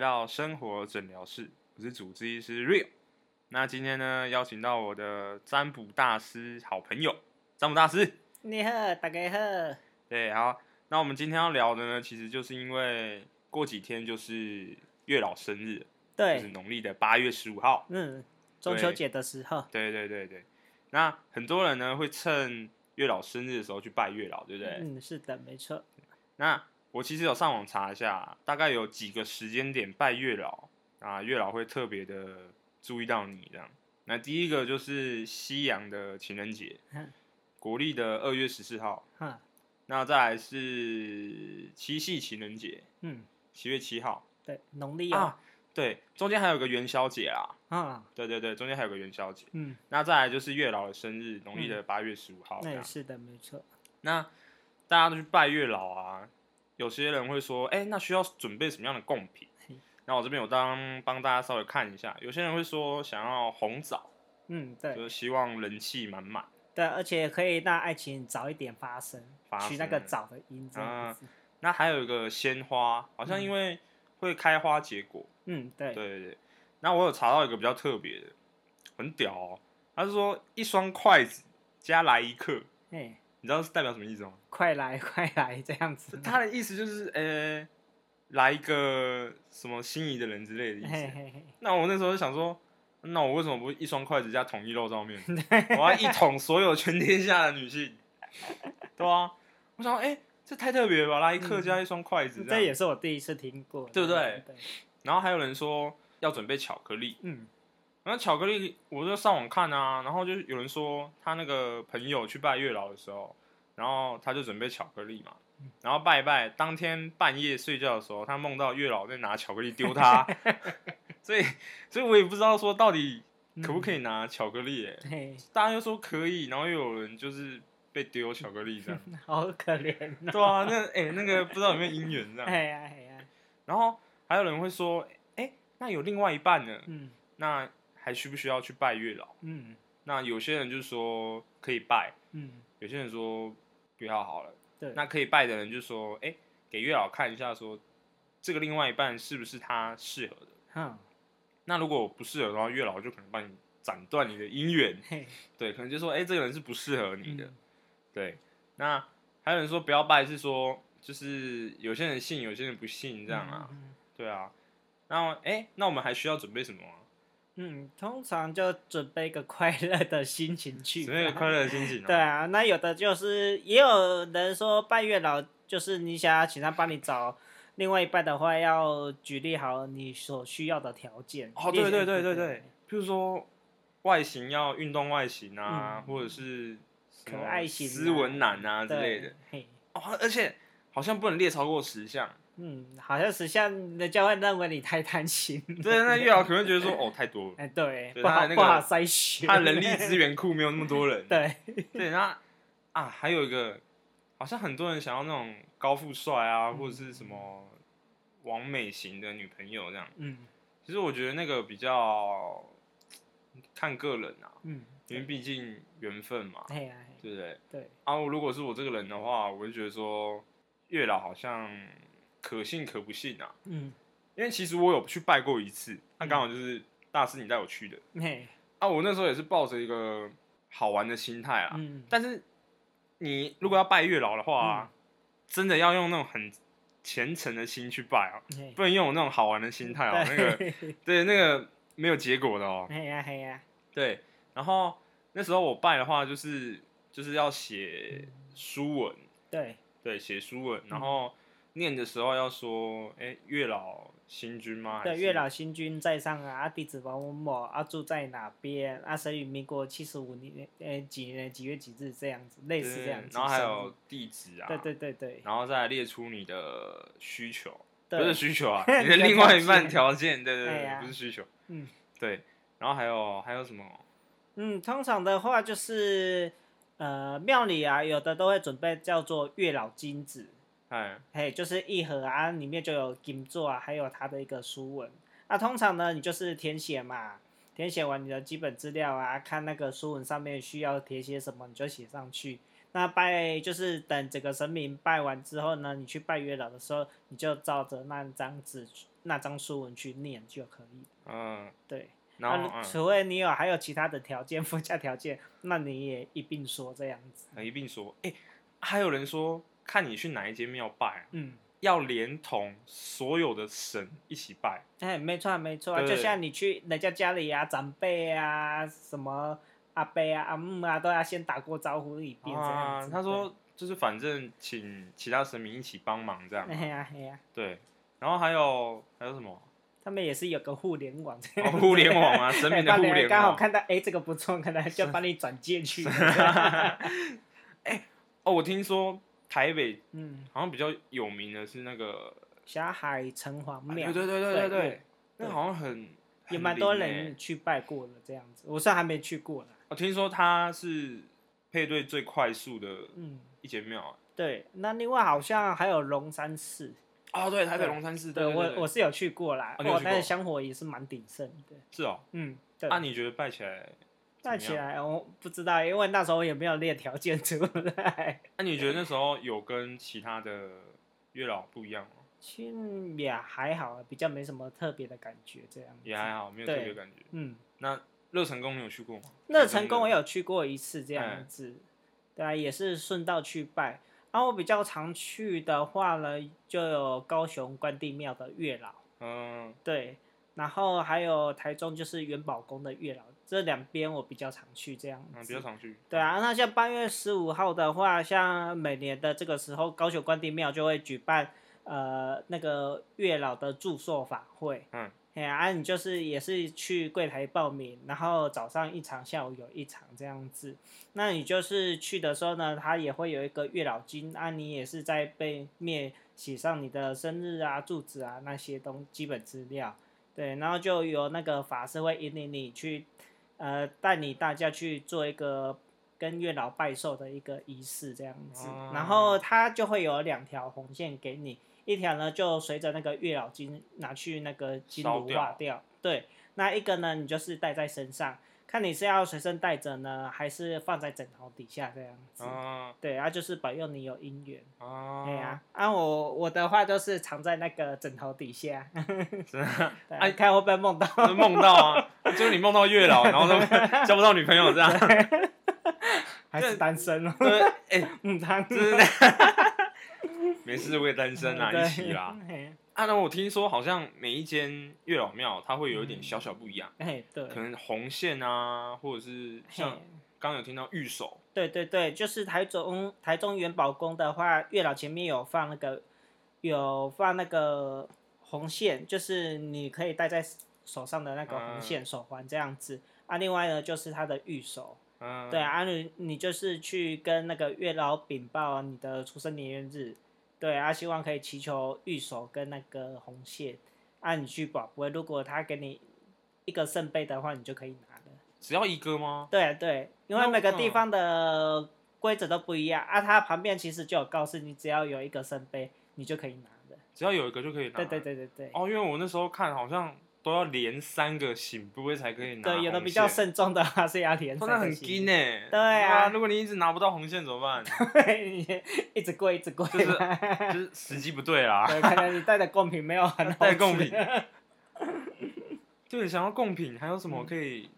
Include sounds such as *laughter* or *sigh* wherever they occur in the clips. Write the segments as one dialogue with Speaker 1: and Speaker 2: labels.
Speaker 1: 到生活诊疗室，我是主治医师 Real。那今天呢，邀请到我的占卜大师好朋友占卜大师。
Speaker 2: 你好，大家好。
Speaker 1: 对，好，那我们今天要聊的呢，其实就是因为过几天就是月老生日，就是
Speaker 2: 对，
Speaker 1: 农历的八月十五号。
Speaker 2: 嗯，中秋节的时候，
Speaker 1: 对对对对，那很多人呢会趁月老生日的时候去拜月老，对不对？
Speaker 2: 嗯，是的，没错。
Speaker 1: 那我其实有上网查一下，大概有几个时间点拜月老啊，月老会特别的注意到你这样。那第一个就是西洋的情人节
Speaker 2: 嗯，
Speaker 1: 国历的二月十四号。
Speaker 2: 哈，
Speaker 1: 那再来是七夕情人节，
Speaker 2: 嗯，
Speaker 1: 七月七号
Speaker 2: 对，农历哦，
Speaker 1: 啊，对，中间还有个元宵节啦，
Speaker 2: 啊，
Speaker 1: 对对对，中间还有个元宵节。
Speaker 2: 嗯，
Speaker 1: 那再来就是月老的生日，农历的八月十五号这
Speaker 2: 那
Speaker 1: 样
Speaker 2: 也。是的，没错。
Speaker 1: 那大家都去拜月老啊，有些人会说，哎、那需要准备什么样的贡品
Speaker 2: 嘿？
Speaker 1: 那我这边有当帮大家稍微看一下，有些人会说想要红枣，
Speaker 2: 嗯，
Speaker 1: 就
Speaker 2: 对
Speaker 1: 是希望人气满满
Speaker 2: 对，而且可以让爱情早一点发生，
Speaker 1: 发生。啊
Speaker 2: 取那个。早的音这样子。
Speaker 1: 那还有一个鲜花，好像因为会开花结果。
Speaker 2: 嗯，对，
Speaker 1: 对对对。那我有查到一个比较特别的，很屌哦。他是说一双筷子加来一克，
Speaker 2: 哎，
Speaker 1: 你知道是代表什么意思吗？
Speaker 2: 快来， *laughs* 快来，这样子。
Speaker 1: 他的意思就是，呃、来一个什么心仪的人之类的意
Speaker 2: 嘿
Speaker 1: 思。
Speaker 2: 嘿嘿，
Speaker 1: 那我那时候就想说，那我为什么不一双筷子加统一肉燥面？ *laughs* 我要一统所有全天下的女性，对啊，我想说，哎、这太特别了吧，来一克加一双筷子这
Speaker 2: 这
Speaker 1: 样。
Speaker 2: 也是我第一次听过，
Speaker 1: 对不对
Speaker 2: 对？对
Speaker 1: 然后还有人说要准备巧克力，
Speaker 2: 嗯，
Speaker 1: 然后巧克力我就上网看啊，然后就有人说他那个朋友去拜月老的时候，然后他就准备巧克力嘛，然后拜一拜，当天半夜睡觉的时候，他梦到月老在拿巧克力丢他，所以所以我也不知道说到底可不可以拿巧克力、欸，
Speaker 2: 嗯？嘿，
Speaker 1: 嗯 *laughs*
Speaker 2: *laughs*
Speaker 1: 大家又说可以，然后又有人就是被丢巧克力这 *laughs* 样，
Speaker 2: 好可怜哦。
Speaker 1: 对啊，那哎、那个不知道有没有姻缘这 *laughs* 样，
Speaker 2: 哎呀，哎呀，
Speaker 1: 然后还有人会说，哎、那有另外一半呢，
Speaker 2: 嗯
Speaker 1: 那还需不需要去拜月老？
Speaker 2: 嗯
Speaker 1: 那有些人就说可以拜，
Speaker 2: 嗯，
Speaker 1: 有些人说不要好了。
Speaker 2: 对。
Speaker 1: 那可以拜的人就说，哎、给月老看一下说这个另外一半是不是他适合的。
Speaker 2: 嗯，
Speaker 1: 那如果不适合的话，月老就可能帮你斩断你的姻缘，
Speaker 2: 嘿，
Speaker 1: 对，可能就说，哎、这个人是不适合你的，
Speaker 2: 嗯
Speaker 1: 对。那还有人说不要拜，是说就是有些人信，有些人不信这样啊，
Speaker 2: 嗯嗯嗯
Speaker 1: 对啊。那哎、那我们还需要准备什么啊吗？
Speaker 2: 嗯，通常就准备一个快乐的心情去吧。
Speaker 1: 准备一个快乐的心情、
Speaker 2: 对，啊，那有的就是，也有人说拜月老，就是你想要请他帮你找另外一半的话，要举例好你所需要的条件。
Speaker 1: 哦，
Speaker 2: 例
Speaker 1: 对
Speaker 2: 如
Speaker 1: 对对对对，，譬如说外形要运动外形啊，
Speaker 2: 嗯
Speaker 1: 或者是什
Speaker 2: 可
Speaker 1: 么
Speaker 2: 爱型啊
Speaker 1: 斯文男啊之
Speaker 2: 对
Speaker 1: 类的。。
Speaker 2: 嘿，
Speaker 1: 哦，而且好像不能列超过十项。
Speaker 2: 嗯，好像是像人家会认为你太贪心。
Speaker 1: 对，那月老可能会觉得
Speaker 2: *laughs*
Speaker 1: 说，哦，太多了，
Speaker 2: 哎，对，
Speaker 1: 对
Speaker 2: 不
Speaker 1: 他
Speaker 2: 好
Speaker 1: 的那
Speaker 2: 不
Speaker 1: 个
Speaker 2: 好筛选。。
Speaker 1: 他人力资源库没有那么多人
Speaker 2: 对，
Speaker 1: 对，那啊，还有一个，好像很多人想要那种高富帅啊，或者是什么完美型的女朋友这样。
Speaker 2: 嗯
Speaker 1: 其实我觉得那个比较看个人啊，
Speaker 2: 嗯，
Speaker 1: 因为毕竟缘分嘛，
Speaker 2: 哎呀，嘿
Speaker 1: 对不对？
Speaker 2: 对，
Speaker 1: 啊，如果是我这个人的话，我就觉得说月老好像可信可不信啊，
Speaker 2: 嗯，
Speaker 1: 因为其实我有去拜过一次，那、刚好就是大师你带我去的
Speaker 2: 嘿，
Speaker 1: 啊，我那时候也是抱着一个好玩的心态啊，
Speaker 2: 嗯，
Speaker 1: 但是你如果要拜月老的话、啊，真的要用那种很虔诚的心去拜啊，
Speaker 2: 嘿
Speaker 1: 不能用我那种好玩的心态啊，那
Speaker 2: *laughs*
Speaker 1: 个
Speaker 2: 对
Speaker 1: 对那个没有结果的哦，
Speaker 2: *laughs* 嘿呀嘿呀，
Speaker 1: 对，然后那时候我拜的话就是就是要写书文。
Speaker 2: 对，
Speaker 1: 对，写书文，
Speaker 2: 嗯
Speaker 1: 然后念的时候要说，哎、月老星君吗？还
Speaker 2: 对，
Speaker 1: 是
Speaker 2: 月老星君在上啊，啊地址某某某，啊住在哪边，啊生于民国七十五年，呃几年几月几日这样子，类
Speaker 1: 对
Speaker 2: 似这样子。
Speaker 1: 嗯然后还
Speaker 2: 生
Speaker 1: 有
Speaker 2: 日，
Speaker 1: 地址啊，
Speaker 2: 对对对对
Speaker 1: 然后再列出你的需求，不是
Speaker 2: 对，
Speaker 1: 需
Speaker 2: *laughs*
Speaker 1: 求啊，
Speaker 2: 你的
Speaker 1: 你的另外一
Speaker 2: 条
Speaker 1: 半
Speaker 2: 件
Speaker 1: 条件，对对
Speaker 2: 哎
Speaker 1: 对，
Speaker 2: 呀
Speaker 1: 不是需求，
Speaker 2: 嗯
Speaker 1: 对，然后还有还有什么？
Speaker 2: 嗯，通常的话就是，呃庙里啊有的都会准备叫做月老金子，
Speaker 1: 哎，
Speaker 2: 嘿，就是一盒啊，里面就有金座啊，还有它的一个书文。那通常呢，你就是填写嘛，填写完你的基本资料啊，看那个书文上面需要填写什么，你就写上去。那拜就是等整个神明拜完之后呢，你去拜月老的时候，你就照着那张纸那张书文去念就可以。
Speaker 1: 嗯，
Speaker 2: 对，
Speaker 1: 然后、
Speaker 2: 啊
Speaker 1: 嗯
Speaker 2: 除非你有还有其他的条件 *laughs* 附加条件，那你也一并说这样子。
Speaker 1: 一并说，哎、还有人说看你去哪一间庙拜啊、
Speaker 2: 嗯，
Speaker 1: 要连同所有的神一起拜。
Speaker 2: 哎，没错没错，
Speaker 1: 对
Speaker 2: 就像你去人家家里啊，长辈啊，什么阿伯啊、阿姆啊，都要先打过招呼一遍这样
Speaker 1: 啊
Speaker 2: 子。，
Speaker 1: 他说就是反正请其他神明一起帮忙这样
Speaker 2: 对， *laughs*
Speaker 1: 嘛。
Speaker 2: 哎呀哎呀，
Speaker 1: 对，然后还有还有什
Speaker 2: *laughs*
Speaker 1: 么？
Speaker 2: 他们也是有个互联网这
Speaker 1: 哦
Speaker 2: 样子，
Speaker 1: 互联
Speaker 2: *laughs*
Speaker 1: 网啊，神
Speaker 2: 哎
Speaker 1: 明的
Speaker 2: 帮
Speaker 1: 互
Speaker 2: 人
Speaker 1: 联
Speaker 2: 刚好
Speaker 1: 网。
Speaker 2: 看到，哎，这个不错，可能就把你转
Speaker 1: *laughs*
Speaker 2: 借去。
Speaker 1: 哦，我听说台北
Speaker 2: 嗯，
Speaker 1: 好像比较有名的是那个，
Speaker 2: 小海城隍
Speaker 1: 对
Speaker 2: 庙
Speaker 1: 对对对对
Speaker 2: 对
Speaker 1: 对
Speaker 2: 对，
Speaker 1: 那好像很
Speaker 2: 也蛮多。
Speaker 1: 很灵
Speaker 2: 人
Speaker 1: 欸
Speaker 2: 去拜过了，这样子，我是还没去过啦。
Speaker 1: 我听说它是配对最快速的
Speaker 2: 嗯，
Speaker 1: 一间庙啊。
Speaker 2: 对，那另外好像还有龙山寺，
Speaker 1: 哦，对，台北
Speaker 2: 对
Speaker 1: 龙山寺，
Speaker 2: 对
Speaker 1: 对对
Speaker 2: 我
Speaker 1: 对
Speaker 2: 我是有去过啦，
Speaker 1: 哦
Speaker 2: 我
Speaker 1: 你有去
Speaker 2: 那
Speaker 1: 过
Speaker 2: 个香火也是蛮鼎盛的。
Speaker 1: 是哦。
Speaker 2: 嗯，对。
Speaker 1: 那你觉得拜起来？
Speaker 2: 带起来我不知道，因为那时候也没有列条件出来。 *laughs*
Speaker 1: 那你觉得那时候有跟其他的月老不一样吗？
Speaker 2: 其实也还好，比较没什么特别的感觉这样子。
Speaker 1: 也还好，没有特
Speaker 2: 对
Speaker 1: 别感觉。
Speaker 2: 嗯，
Speaker 1: 那乐成宫你有去过吗？
Speaker 2: 乐成宫我
Speaker 1: 台
Speaker 2: 有去过一次这
Speaker 1: 哎
Speaker 2: 样子，对啊，也是顺道去拜。然后我比较常去的话呢，就有高雄关帝庙的月老，
Speaker 1: 中的，嗯，
Speaker 2: 对，然后还有台中就是元宝宫的月老，这两边我比较常去这样
Speaker 1: 嗯，比较
Speaker 2: 子。
Speaker 1: 常去。
Speaker 2: 对啊，那像八月十五号的话，像每年的这个时候，高雄关帝庙就会举办呃那个月老的祝寿法会。
Speaker 1: 嗯，
Speaker 2: 哎呀、啊，你就是也是去柜台报名，然后早上一场，下午有一场这样子。那你就是去的时候呢，他也会有一个月老金，啊，你也是在背面写上你的生日啊、住址啊那些东基本资料。对，然后就有那个法师会引领你去，呃，带你大家去做一个跟月老拜寿的一个仪式这样子，
Speaker 1: 哦
Speaker 2: 然后他就会有两条红线给你，一条呢就随着那个月老金拿去那个金
Speaker 1: 烧
Speaker 2: 炉
Speaker 1: 掉
Speaker 2: 化掉，对，那一个呢你就是带在身上，看你是要随身带着呢，还是放在枕头底下这样子，
Speaker 1: 啊
Speaker 2: 对，然、后就是保佑你有姻缘。
Speaker 1: 啊！
Speaker 2: 对呀、啊，啊我我的话就是藏在那个枕头
Speaker 1: *laughs*
Speaker 2: 底下，
Speaker 1: 真的，
Speaker 2: 对
Speaker 1: 哎
Speaker 2: 啊，看会不会梦到。
Speaker 1: 就梦到啊，就是你梦到月老，然后都 *laughs* 交不到女朋友
Speaker 2: *laughs*
Speaker 1: 这样。
Speaker 2: 还是
Speaker 1: *laughs*
Speaker 2: 单身哦，
Speaker 1: 对，哎，
Speaker 2: 嗯，他
Speaker 1: 就是
Speaker 2: *laughs*
Speaker 1: 没事，我也单身啊，一起啦。。
Speaker 2: 嘿
Speaker 1: 啊，那我听说好像每一间月老庙它会有一点
Speaker 2: 嗯
Speaker 1: 小小不一样，
Speaker 2: 嘿，对，
Speaker 1: 可能红线啊，或者是像
Speaker 2: 嗯嘿
Speaker 1: 刚刚有听到玉手，
Speaker 2: 对对对，就是台中台中元宝宫的话，月老前面有放那个有放那个红线，就是你可以戴在手上的那个红线手环这样子。啊，另外呢，就是它的玉手，
Speaker 1: 嗯，
Speaker 2: 对啊，啊你你就是去跟那个月老禀报你的出生年月日，对啊，希望可以祈求玉手跟那个红线，啊，你去保不会，如果他给你一个圣杯的话，你就可以拿了。
Speaker 1: 只要一个吗？
Speaker 2: 对对，因为
Speaker 1: 那
Speaker 2: 每个地
Speaker 1: 嗯
Speaker 2: 方的规则都不一样啊，它旁边其实就有告诉你，只要有一个圣杯，你就可以拿的。
Speaker 1: 只要有一个就可以拿。
Speaker 2: 对对对对对，
Speaker 1: 哦，因为我那时候看好像都要连三个醒杯才可以拿红哎线。
Speaker 2: 对，有的比较慎重的话是要连
Speaker 1: 哦，
Speaker 2: 三
Speaker 1: 那
Speaker 2: 个
Speaker 1: 很
Speaker 2: 星
Speaker 1: 金呢、
Speaker 2: 对啊
Speaker 1: 如果你一直拿不到红线怎么
Speaker 2: *laughs*
Speaker 1: 办？
Speaker 2: 对， *laughs* 一直跪一直跪
Speaker 1: 就是
Speaker 2: 嘛。
Speaker 1: 就是时机不对啦。
Speaker 2: *laughs* 对，可能你带的贡品没有
Speaker 1: *laughs*
Speaker 2: 很好
Speaker 1: 带贡
Speaker 2: 吃
Speaker 1: 品。对，想要贡品，还有什么
Speaker 2: 嗯
Speaker 1: 可以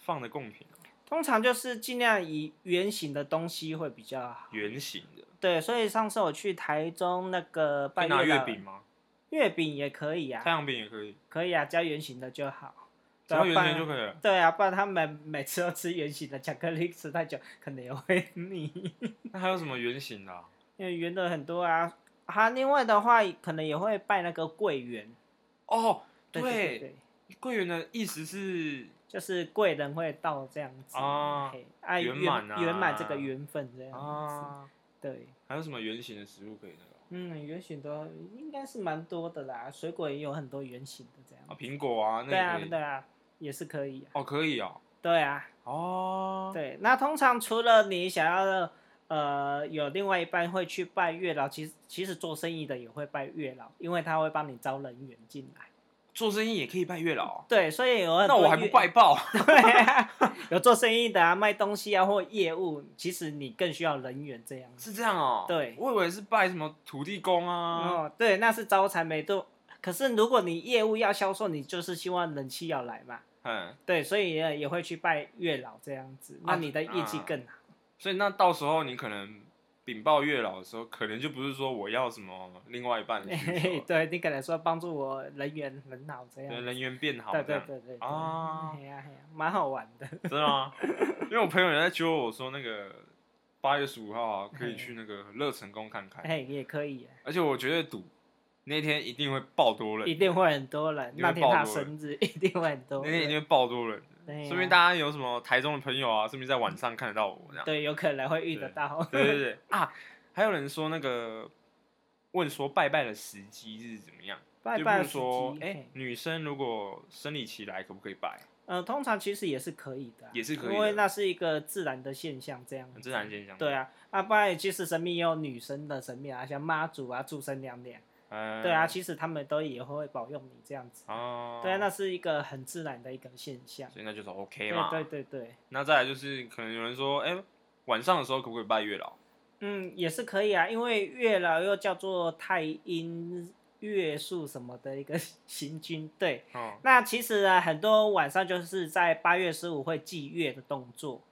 Speaker 1: 放的贡品啊？
Speaker 2: *laughs* 通常就是尽量以圆形的东西会比较好。
Speaker 1: 圆形的，
Speaker 2: 对，所以上次我去台中那个
Speaker 1: 可以
Speaker 2: 拜
Speaker 1: 拿
Speaker 2: 月
Speaker 1: 月
Speaker 2: 老
Speaker 1: 饼，吗？
Speaker 2: 月饼也可
Speaker 1: *laughs*
Speaker 2: 以
Speaker 1: 太
Speaker 2: 啊，
Speaker 1: 阳饼也可以，
Speaker 2: 可以啊，加圆形的就好。
Speaker 1: 只
Speaker 2: 对啊
Speaker 1: 要圆
Speaker 2: 不
Speaker 1: 形
Speaker 2: 然
Speaker 1: 就可以了。
Speaker 2: *laughs* 对啊，不然他们每次都吃圆形的巧克力，吃太久可能也会腻， *laughs*
Speaker 1: 那还有什么圆形的啊、
Speaker 2: 因为圆的很多啊。啊，另外的话，可能也会拜那个桂圆。
Speaker 1: 哦，
Speaker 2: 对对对
Speaker 1: 对，
Speaker 2: 对，
Speaker 1: 桂圆的意思是
Speaker 2: 就是贵人会到这样子
Speaker 1: 啊
Speaker 2: 嘿啊
Speaker 1: 圆满啊
Speaker 2: 圆满这个缘分这样子。
Speaker 1: 啊，
Speaker 2: 对，
Speaker 1: 还有什么圆形的食物可以那个
Speaker 2: 嗯，圆形的应该是蛮多的啦，水果也有很多圆形的这样。
Speaker 1: 啊？苹果啊，那
Speaker 2: 对啊，
Speaker 1: 个可以
Speaker 2: 对啊，也是可以、啊。
Speaker 1: 哦，可以哦，
Speaker 2: 对啊，
Speaker 1: 哦，
Speaker 2: 对，那通常除了你想要呃有另外一半会去拜月老，其实其实做生意的也会拜月老，因为他会帮你招人员进来。
Speaker 1: 做生意也可以拜月老哦，
Speaker 2: 对，所以有很
Speaker 1: 那
Speaker 2: 多
Speaker 1: 我还不
Speaker 2: 月
Speaker 1: 拜？报？
Speaker 2: *laughs* 对啊，有做生意的啊，卖东西啊或业务，其实你更需要人员这样子。
Speaker 1: 是这样哦，
Speaker 2: 对
Speaker 1: 我以为是拜什么土地公啊，
Speaker 2: 哦哦，对，那是招财没度。可是如果你业务要销售，你就是希望人气要来嘛，
Speaker 1: 嗯，
Speaker 2: 对，所以也也会去拜月老这样子，那你的业绩
Speaker 1: 啊
Speaker 2: 更好。
Speaker 1: 所以那到时候你可能禀报月老的时候，可能就不是说我要什么另外一半的需
Speaker 2: 嘿嘿
Speaker 1: 求，
Speaker 2: *laughs* 对你可能说帮助我人缘很好这
Speaker 1: 对
Speaker 2: 样，
Speaker 1: 人缘变好
Speaker 2: 对
Speaker 1: 这
Speaker 2: 对
Speaker 1: 样，
Speaker 2: 对对对，
Speaker 1: 啊
Speaker 2: 嘿呀嘿呀，蛮好玩的。 *laughs*
Speaker 1: 真的吗？因为我朋友也在揪我说那个八月十五号啊，可以去那个乐成宫看
Speaker 2: *laughs*
Speaker 1: 看，
Speaker 2: 嘿，哎也可以耶，
Speaker 1: 而且我绝对赌那天一定会爆多
Speaker 2: 一
Speaker 1: 人，
Speaker 2: 定会很多人。
Speaker 1: 一定会
Speaker 2: 那天他
Speaker 1: 爆多人
Speaker 2: 生日，一定会很多
Speaker 1: 那天一
Speaker 2: 人。
Speaker 1: 定会爆多人，
Speaker 2: 对啊
Speaker 1: 说明
Speaker 2: 呀
Speaker 1: 大家有什么台中的朋友啊，说明在晚上看得到我这样。
Speaker 2: 对，有可能会遇得到。
Speaker 1: 对对对啊，还有人说那个问说拜拜的时机是怎么样？
Speaker 2: 拜
Speaker 1: 就比
Speaker 2: 拜的
Speaker 1: 如
Speaker 2: 时
Speaker 1: 说
Speaker 2: 机，
Speaker 1: 哎、
Speaker 2: 嘿
Speaker 1: 女生如果生理期来可不可以拜？
Speaker 2: 呃，通常其实也是可以的啊，
Speaker 1: 也是可以的
Speaker 2: 因为那是一个自然的现象，这样
Speaker 1: 很自然现象。
Speaker 2: 对，啊，啊，不然其实神明也有女生的神明啊，像妈祖啊、祝生娘娘，
Speaker 1: 呃，
Speaker 2: 对啊，，其实他们都也会保佑你这样子。
Speaker 1: 哦，
Speaker 2: 对啊，那是一个很自然的一个现象。
Speaker 1: 所以那就是 OK 嘛。
Speaker 2: 对对对对，
Speaker 1: 那再来就是可能有人说，哎、晚上的时候可不可以拜月老？
Speaker 2: 嗯，也是可以啊，因为月老又叫做太阴月数什么的一个 *laughs* 行军，对。
Speaker 1: 嗯
Speaker 2: 那其实啊，很多晚上就是在八月十五会祭月的动作，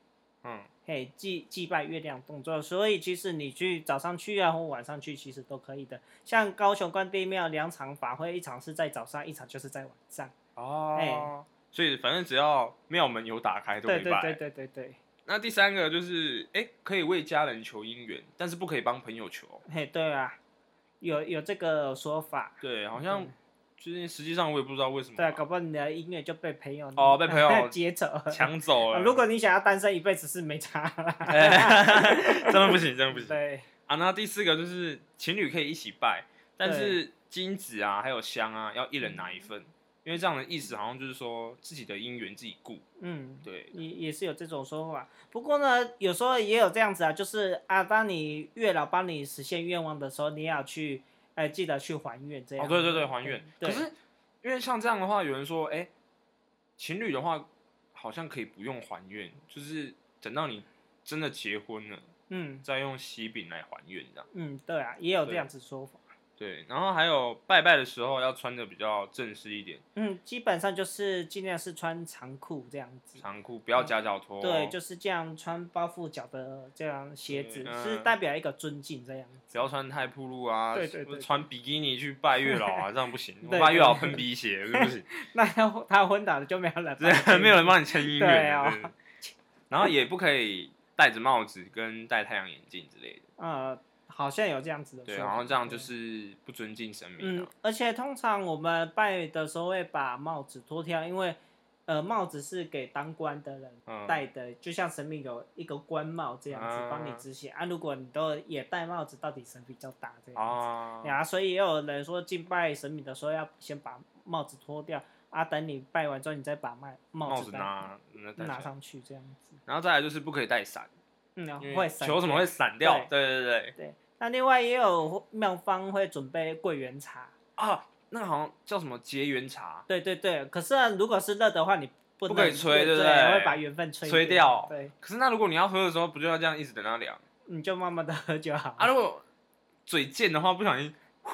Speaker 1: 嗯，
Speaker 2: 嘿，祭祭拜月亮动作，所以其实你去早上去啊，或晚上去，其实都可以的。像高雄关帝庙两场法会，一场是在早上，一场就是在晚上。
Speaker 1: 哦，所以反正只要庙门有打开都可
Speaker 2: 哎对
Speaker 1: 以
Speaker 2: 对
Speaker 1: 拜。
Speaker 2: 对对对对，
Speaker 1: 那第三个就是，哎、可以为家人求姻缘，但是不可以帮朋友求。
Speaker 2: 嘿，对啊，有有这个说法。
Speaker 1: 对，好像
Speaker 2: 对
Speaker 1: 就是实际上我也不知道为什么
Speaker 2: 嗯对啊，搞不好你的音乐就被朋友
Speaker 1: 哦被朋友
Speaker 2: *laughs* 接走了。
Speaker 1: 抢走
Speaker 2: 啊
Speaker 1: 了。
Speaker 2: 如果你想要单身一辈子是没差啦。
Speaker 1: *laughs*
Speaker 2: *laughs*
Speaker 1: 哎真的不行，真的不行
Speaker 2: 对，
Speaker 1: 啊！那第四个就是情侣可以一起拜，但是金子啊，还有香啊，要一人拿一份，
Speaker 2: 嗯
Speaker 1: 因为这样的意思好像就是说自己的姻缘自己顾。
Speaker 2: 嗯，
Speaker 1: 对，
Speaker 2: 也也是有这种说法。不过呢，有时候也有这样子啊，就是啊，当你月老帮你实现愿望的时候，你也要去，哎、记得去还愿这样。
Speaker 1: 哦，对对对，还愿。
Speaker 2: 对
Speaker 1: 可是因为像这样的话，有人说，哎、情侣的话好像可以不用还愿，就是等到你真的结婚了，
Speaker 2: 嗯
Speaker 1: 再用喜饼来还愿这样。
Speaker 2: 嗯，对啊，也有这样子说法。
Speaker 1: 对，然后还有拜拜的时候要穿的比较正式一点，
Speaker 2: 嗯，基本上就是尽量是穿长裤这样子。
Speaker 1: 长裤不要夹脚拖哦。
Speaker 2: 嗯对，就是这样穿包覆脚的这样鞋子，
Speaker 1: 对嗯
Speaker 2: 是代表一个尊敬这样
Speaker 1: 不要穿太暴露啊，
Speaker 2: 对对对
Speaker 1: 或者穿比基尼去拜月老啊，这样不行，我
Speaker 2: *laughs* 对
Speaker 1: 拜月老喷鼻血，这不
Speaker 2: *laughs*
Speaker 1: 行，
Speaker 2: 那他他昏倒了就没有人帮
Speaker 1: *laughs*
Speaker 2: 你
Speaker 1: 这 *laughs*
Speaker 2: 牵，
Speaker 1: 没有人帮你牵姻
Speaker 2: 对
Speaker 1: 缘
Speaker 2: 啊
Speaker 1: 的。对然后也不可以戴着帽子跟戴太阳眼镜之类的，
Speaker 2: 呃，好像有这样子的
Speaker 1: 对，
Speaker 2: 说
Speaker 1: 然
Speaker 2: 法
Speaker 1: 后这样
Speaker 2: 对
Speaker 1: 就是不尊敬神明
Speaker 2: 嗯
Speaker 1: 啊。，
Speaker 2: 而且通常我们拜的时候会把帽子脱掉，因为呃帽子是给当官的人
Speaker 1: 嗯，
Speaker 2: 戴的，就像神明有一个官帽这样
Speaker 1: 啊
Speaker 2: 子帮你止血啊。如果你都也戴帽子，到底神比较大这样子。
Speaker 1: 啊，
Speaker 2: 呀、啊，所以也有人说敬拜神明的时候要先把帽子脱掉啊，等你拜完之后你再把帽
Speaker 1: 帽
Speaker 2: 帽
Speaker 1: 子
Speaker 2: 戴
Speaker 1: 拿拿戴
Speaker 2: 拿
Speaker 1: 起来，
Speaker 2: 上去这样子，
Speaker 1: 然后再来就是不可以带伞，
Speaker 2: 嗯，然后
Speaker 1: 因
Speaker 2: 会
Speaker 1: 为
Speaker 2: 闪
Speaker 1: 球怎么
Speaker 2: 电
Speaker 1: 会散掉？对对对
Speaker 2: 对？那另外也有妙方会准备桂圆茶。
Speaker 1: 啊，那个好像叫什么结缘茶，
Speaker 2: 对对对，可是、啊、如果是热的话，你不
Speaker 1: 不
Speaker 2: 能
Speaker 1: 可以吹对
Speaker 2: 对
Speaker 1: 不对
Speaker 2: 会把缘分吹
Speaker 1: 吹掉
Speaker 2: 对，
Speaker 1: 可是那如果你要喝的时候，不就要这样一直等它凉？
Speaker 2: 你就慢慢的喝就好。
Speaker 1: 啊，如果嘴贱的话，不小心， *laughs*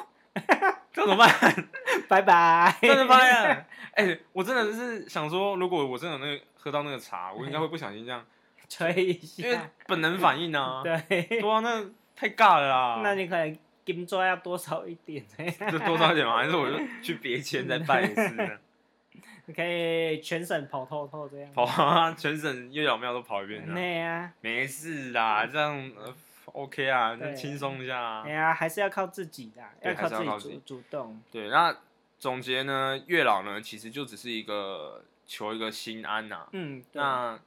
Speaker 1: 这怎么办？
Speaker 2: 拜拜。
Speaker 1: *laughs* 真的拍
Speaker 2: *laughs*
Speaker 1: 啊！哎、我真的是想说，如果我真的有那个喝到那个茶，我应该会不小心这
Speaker 2: *laughs*
Speaker 1: 样，
Speaker 2: 吹一
Speaker 1: 因为
Speaker 2: 下。
Speaker 1: 本能反应啊。
Speaker 2: *laughs* 对，
Speaker 1: 对啊，那太尬了啦。
Speaker 2: 那你可能金砖要多少一点？
Speaker 1: *laughs*
Speaker 2: 啊
Speaker 1: 就多烧一点嘛，还是我就去别签再办一次呢？
Speaker 2: 你可以全省跑透透这样。
Speaker 1: 跑啊，全省月老庙都跑一遍啊。
Speaker 2: 对呀、
Speaker 1: 没事啦，这样、呃、OK 啊，
Speaker 2: 对
Speaker 1: 就轻松一下
Speaker 2: 啊，
Speaker 1: 啊
Speaker 2: 哎。呀、还是要靠自己的，
Speaker 1: 对
Speaker 2: 靠
Speaker 1: 还是要靠自
Speaker 2: 自
Speaker 1: 己
Speaker 2: 己主主动。
Speaker 1: 对，那总结呢，月老呢，其实就只是一个求一个心安呐、
Speaker 2: 嗯，对，
Speaker 1: 那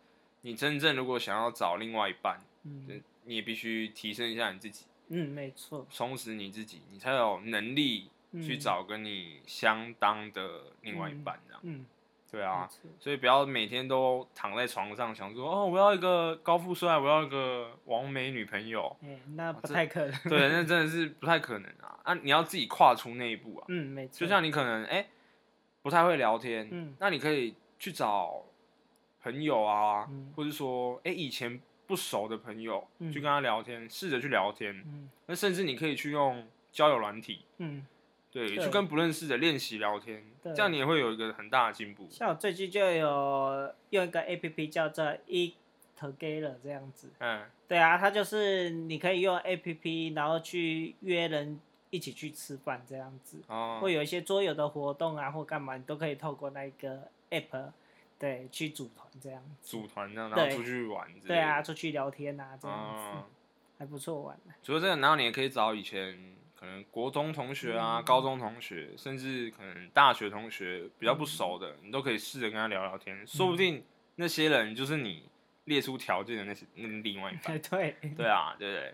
Speaker 1: 你真正如果想要找另外一半，
Speaker 2: 嗯
Speaker 1: 你也必须提升一下你自己，
Speaker 2: 嗯，没错，
Speaker 1: 充实你自己，你才有能力去
Speaker 2: 嗯
Speaker 1: 找跟你相当的另外一半，这样、
Speaker 2: 嗯，
Speaker 1: 对
Speaker 2: 没
Speaker 1: 啊。
Speaker 2: 错，。
Speaker 1: 所以不要每天都躺在床上想说哦，我要一个高富帅，我要一个完美女朋友
Speaker 2: 哎、那不
Speaker 1: 啊这
Speaker 2: 太可能。
Speaker 1: 对，那真的是不太可能啊！啊，你要自己跨出那一步啊。
Speaker 2: 嗯，没错，
Speaker 1: 就像你可能哎、不太会聊天，
Speaker 2: 嗯
Speaker 1: 那你可以去找朋友啊，
Speaker 2: 嗯
Speaker 1: 或者说哎、以前不熟的朋友、
Speaker 2: 嗯
Speaker 1: 去跟他聊天，试着去聊天。
Speaker 2: 嗯
Speaker 1: 那甚至你可以去用交友软体，
Speaker 2: 嗯
Speaker 1: 对，
Speaker 2: 对
Speaker 1: 去跟不认识的练习聊天，
Speaker 2: 对
Speaker 1: 这样你也会有一个很大的进步。
Speaker 2: 像我最近就有用一个 A P P 叫做 Eat Together 这样子，
Speaker 1: 嗯，
Speaker 2: 对啊，它就是你可以用 A P P 然后去约人一起去吃饭这样子，
Speaker 1: 哦，
Speaker 2: 会有一些桌游的活动啊或干嘛，你都可以透过那一个 App 对去组团这样子，
Speaker 1: 组团这样，然
Speaker 2: 对
Speaker 1: 后出去玩之类的。
Speaker 2: 对啊，，出去聊天啊这样子，
Speaker 1: 哦，
Speaker 2: 还不错玩、 *laughs* 啊。
Speaker 1: 除了这个，然后你也可以找以前可能国中同学啊、
Speaker 2: 嗯
Speaker 1: 高中同学，甚至可能大学同学比
Speaker 2: 嗯
Speaker 1: 较不熟的，你都可以试着跟他聊聊天，说不定那些人就是你列出条件的那些那另外一
Speaker 2: *laughs*
Speaker 1: 半。
Speaker 2: 对，
Speaker 1: 对啊，对不对？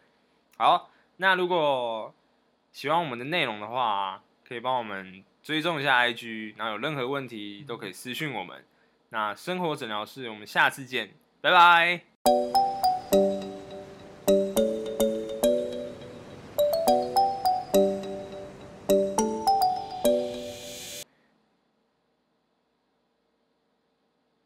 Speaker 1: 好，那如果喜欢我们的内容的话，可以帮我们追踪一下 IG，然后有任何问题都可以私讯我们。那生活诊疗室，我们下次见，拜拜。